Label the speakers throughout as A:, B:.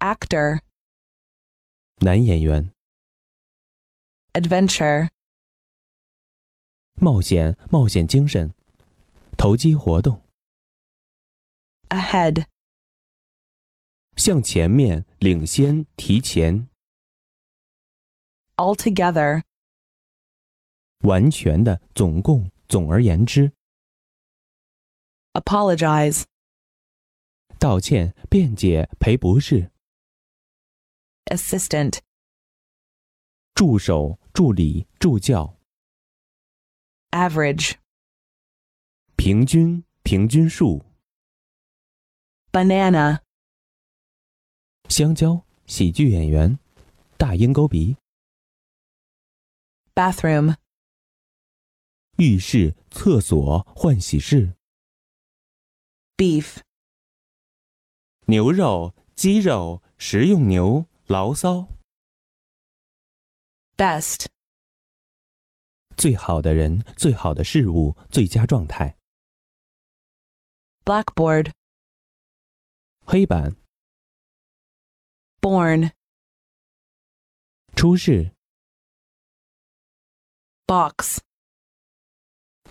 A: actor,
B: 男演员、
A: adventure,
B: 冒险、冒险精神、投机活动、
A: ahead,
B: 向前面、领先、提前、
A: altogether,
B: 完全的、总共、总而言之、
A: apologize,
B: 道歉、辩解、赔不是、
A: assistant,
B: 助手、助理、助教、
A: average,
B: 平均、平均数、
A: banana,
B: 香蕉、喜剧演员、大鹰钩鼻、
A: bathroom,
B: 浴室、厕所、换洗室、
A: beef,
B: 牛肉、鸡肉、食用牛、牢骚、
A: best,
B: 最好的人、最好的事物、最佳状态、
A: blackboard,
B: 黑板、
A: born,
B: 出世、
A: box,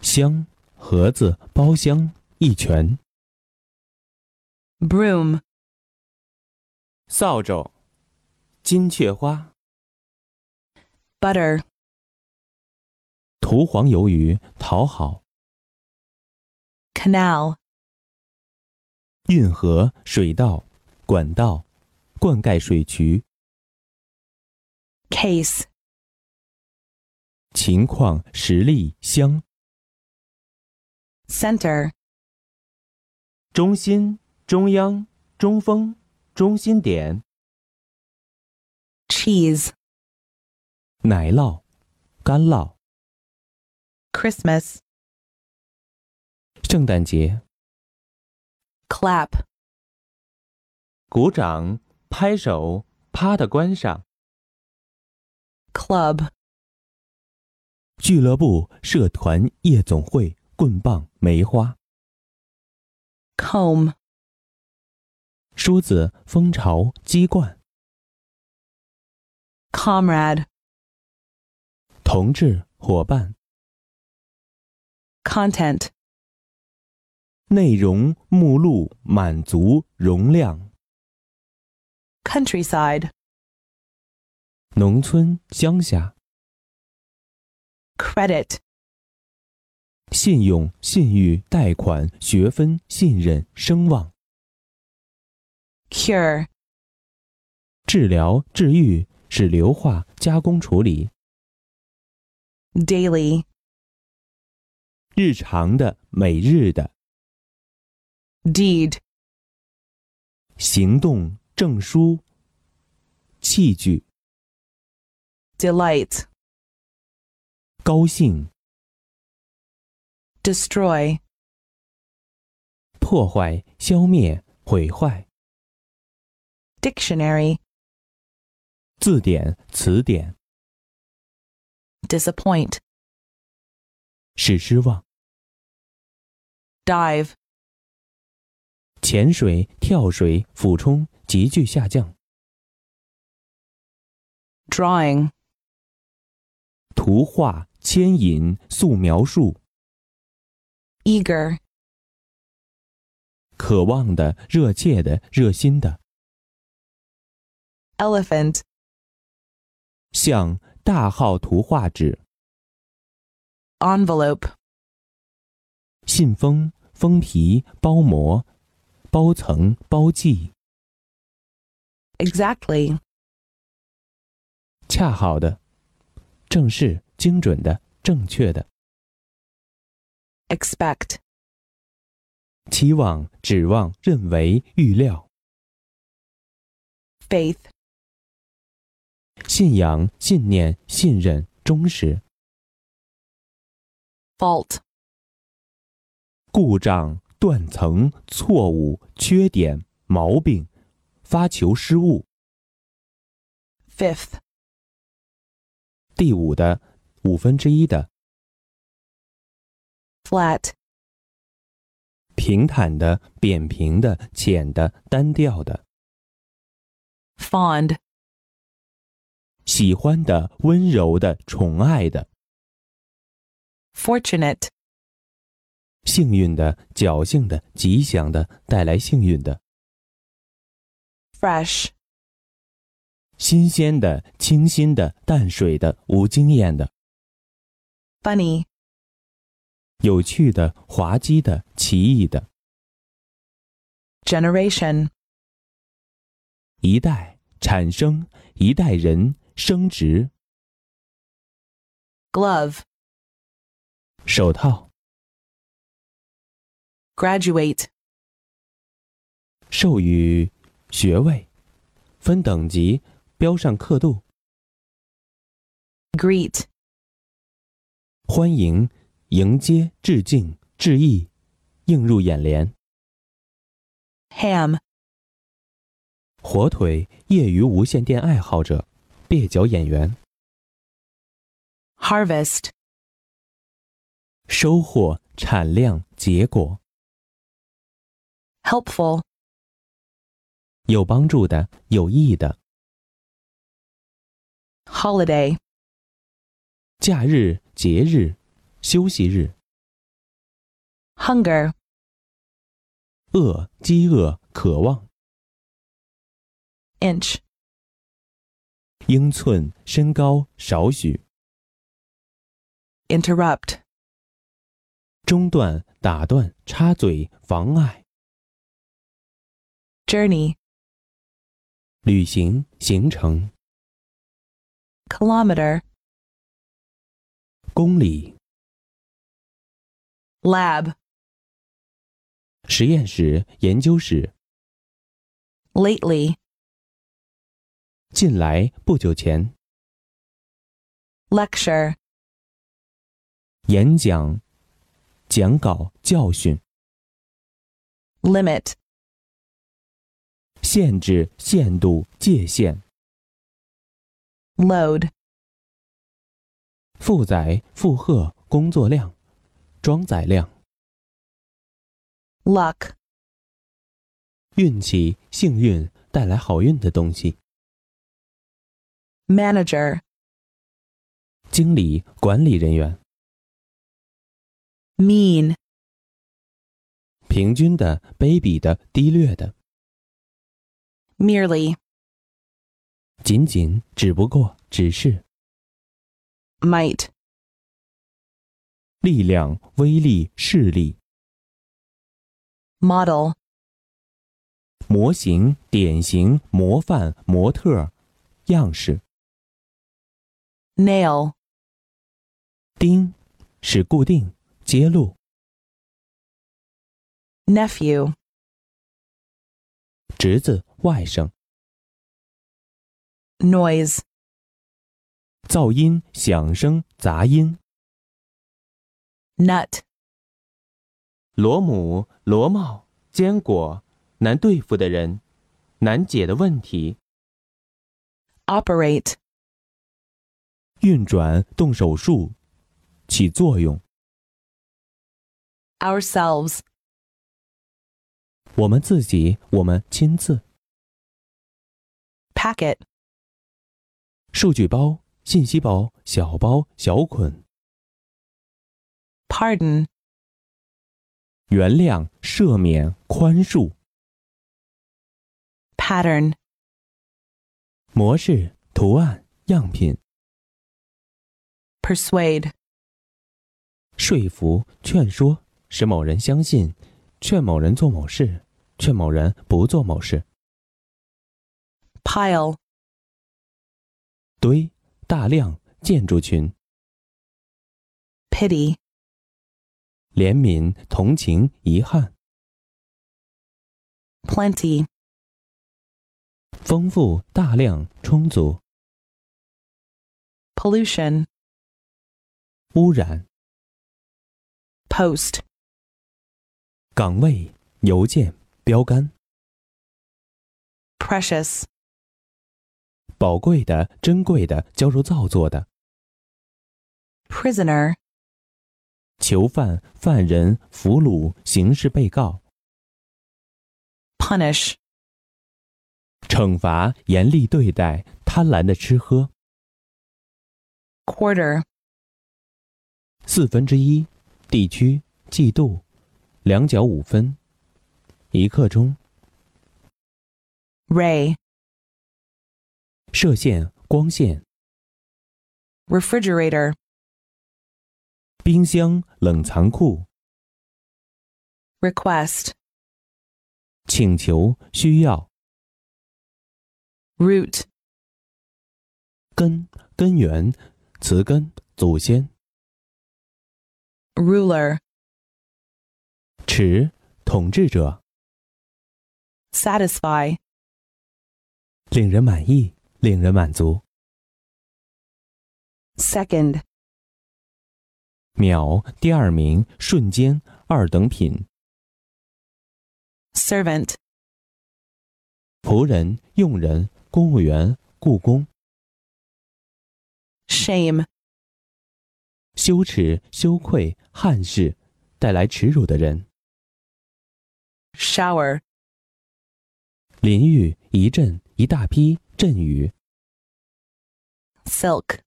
B: 箱、盒子、包厢、一拳、
A: broom,
B: 扫帚、金雀花、
A: butter,
B: 涂黄鱿鱼、讨好、
A: canal,
B: 运河、水道、管道、灌溉水渠、
A: case,
B: 情况、实力、箱、
A: center,
B: 中心、中央、中锋、中心点。
A: cheese,
B: 奶酪、干酪、
A: Christmas,
B: 圣诞节、
A: clap,
B: 鼓掌、拍手、啪的关上、
A: club,
B: 俱乐部、社团、夜总会、棍棒、梅花、
A: comb,
B: 梳子、蜂巢、鸡冠、
A: comrade,
B: 同志、伙伴、
A: content,
B: 内容、目录、满足、容量、
A: countryside,
B: 农村、乡下、
A: credit,
B: 信用、信誉、贷款、学分、信任、声望、
A: cure,
B: 治疗、治愈、使硫化、加工处理、
A: daily,
B: 日常的、每日的。
A: deed,
B: 行动证书、器具、
A: delight,
B: 高兴、
A: destroy,
B: 破坏、消灭、毁坏、
A: dictionary,
B: 字典、词典、
A: disappoint,
B: 使失望、
A: dive,
B: 潜水、跳水、俯冲、急剧下降、
A: drawing,
B: 图画、牵引、素描述、
A: eager,
B: 渴望的、热切的、热心的，
A: elephant,
B: 像大号图画纸、
A: envelope,
B: 信封、封皮、包膜、包层、包剂、
A: exactly,
B: 恰好的、正式、精准的、正确的。
A: expect,
B: 期望、指望、认为、预料、
A: faith,
B: 信仰、信念、信任、忠实、
A: fault,
B: 故障、断层、错误、缺点、毛病、发球失误。
A: fifth,
B: 第五的五分之一的
A: flat,
B: 平坦的、扁平的、浅的、单调的
A: fond,
B: 喜欢的、温柔的、宠爱的、
A: fortunate,
B: 幸运的、侥幸的、吉祥的、带来幸运的、
A: fresh,
B: 新鲜的、清新的、淡水的、无经验的、
A: funny,
B: 有趣的、滑稽的、奇异的。
A: generation,
B: 一代产生，一代人升职，
A: glove,
B: 手套
A: graduate,
B: 授予学位，分等级，标上刻度，
A: greet,
B: 欢迎、迎接、致敬、致意，映入眼帘。
A: ham,
B: 火腿业余无线电爱好者，蹩脚演员，
A: harvest,
B: 收获、产量、结果，
A: helpful,
B: 有帮助的、有益的。
A: holiday,
B: 假日、节日、休息日。
A: hunger,
B: 饿、饥饿、渴望、
A: inch,
B: 英寸、身高、少许、
A: interrupt,
B: 中断、打断、插嘴、妨碍、
A: journey,
B: 旅行、行程、
A: kilometer,
B: 公里、
A: lab,
B: 实验室、研究室、
A: lately,
B: 近来、不久前、
A: lecture,
B: 演讲、讲稿、教训、
A: limit,
B: 限制、限度、界限、
A: load,
B: 负载、负荷、工作量、装载量、
A: luck,
B: 运气、幸运带来好运的东西。
A: manager,
B: 经理、管理人员。
A: mean,
B: 平均的、卑鄙的、低劣的，
A: merely,
B: 仅仅、只不过、只是，
A: might,
B: 力量、威力、势力、
A: model,
B: 模型、典型、模范、模特儿、样式、
A: nail,
B: 钉，使固定、揭露、
A: nephew,
B: 侄子、外甥、
A: noise,
B: 噪音、响声、杂音、
A: nut,
B: 螺母、螺帽、坚果，难对付的人，难解的问题。
A: operate,
B: 运转、动手术，起作用。
A: ourselves,
B: 我们自己，我们亲自。
A: packet,
B: 数据包、信息包、小包、小捆、
A: pardon,
B: 原谅、赦免、宽恕、
A: pattern,
B: 模式、图案、样品、
A: persuade,
B: 说服、劝说，使某人相信，劝某人做某事，劝某人不做某事。
A: pile,
B: 堆、大量、建筑群、
A: pity,
B: 怜悯、同情、遗憾、
A: plenty,
B: 丰富、大量、充足、
A: pollution,
B: 污染、
A: post,
B: 岗位、邮件、标杆、
A: precious,
B: 宝贵的、珍贵的、娇柔造作的。
A: prisoner,
B: 囚犯、犯人、俘虏、刑事被告、
A: punish,
B: 惩惩罚、严厉对待、贪婪的吃喝。
A: quarter,
B: 四分之一，地区，季度，两角五分，一刻钟，
A: ray,
B: 射线、光线、
A: refrigerator,
B: 冰箱、冷藏库、
A: request,
B: 请求、需要、
A: root,
B: 根、根源、词根、祖先、
A: ruler,
B: 持、统治者、
A: satisfy,
B: 令人满意、令人满足、
A: second,
B: 秒、第二名、瞬间、二等品、
A: servant,
B: 仆人、佣人、公务员、雇工、
A: shame,
B: 羞耻、羞愧、憾事，带来耻辱的人。
A: shower,
B: 淋雨一阵一大批阵雨，
A: silk,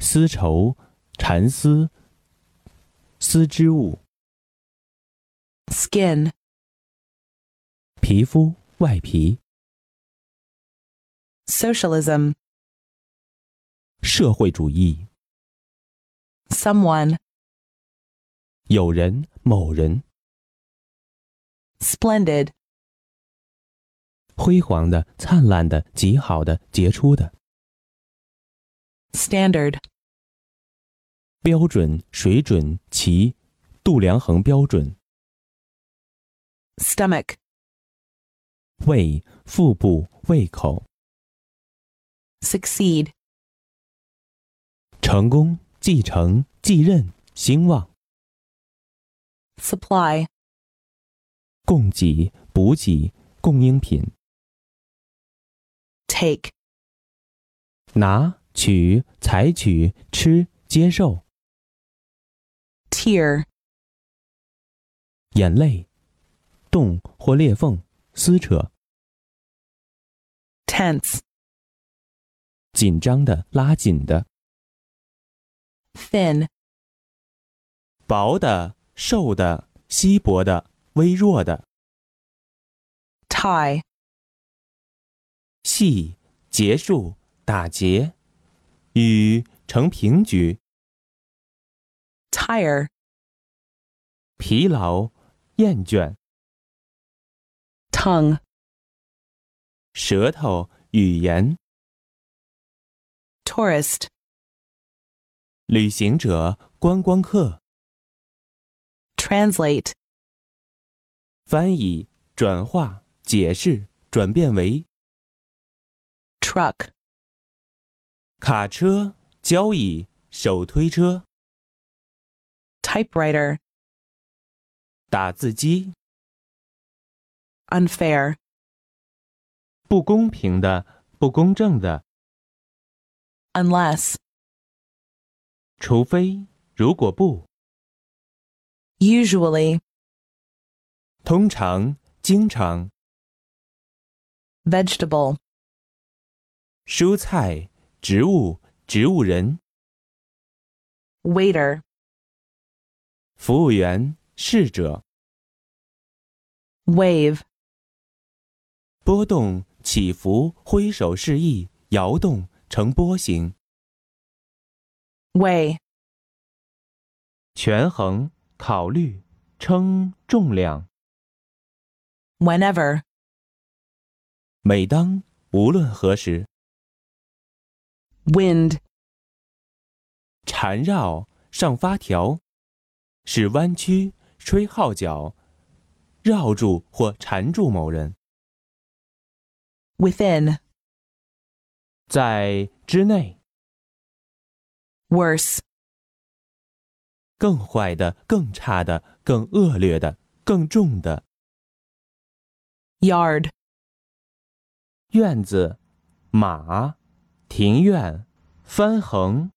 B: 丝绸、蚕丝、丝织物、
A: skin,
B: 皮肤、外皮、
A: socialism,
B: 社会主义、
A: someone,
B: 有人、某人、
A: splendid,
B: 辉煌的、灿烂的、极好的、杰出的、
A: standard,
B: 标准、水准、其度量衡标准、
A: stomach,
B: 胃、腹部、胃口、
A: succeed,
B: 成功、继承、继任、兴旺、
A: supply,
B: 供给、补给、供应品。
A: take,
B: 拿、取、采取、吃、接受、
A: tear,
B: 眼泪、洞或裂缝、撕扯、
A: tense,
B: 紧张的、拉紧的、
A: thin,
B: 薄的、瘦的、稀薄的、微弱的、
A: tie,
B: 细、结束、打结、与成平局、
A: tire,
B: 疲劳、厌倦、
A: tongue,
B: 舌头、语言、
A: tourist,
B: 旅行者、观光客、
A: translate,
B: 翻译、转化、解释、转变为。
A: truck,
B: 卡车、交椅、手推车、
A: typewriter,
B: 打字机，
A: unfair,
B: 不公平的、不公正的，
A: unless,
B: 除非、如果不，
A: usually,
B: 通常、经常，
A: vegetable,
B: 蔬菜、植物、植物人、
A: waiter,
B: 服务员、侍者，
A: wave,
B: 波动、起伏、挥手示意、摇动、呈波形，
A: weigh,
B: 权衡、考虑、称重量，
A: whenever,
B: 每当、无论何时，
A: wind,
B: 缠绕、上发条，使弯曲、吹号角，绕住或缠住某人，
A: within,
B: 在之内
A: worse,
B: 更坏的、更差的、更恶劣的、更重的
A: yard,
B: 院子、马、庭院、翻横、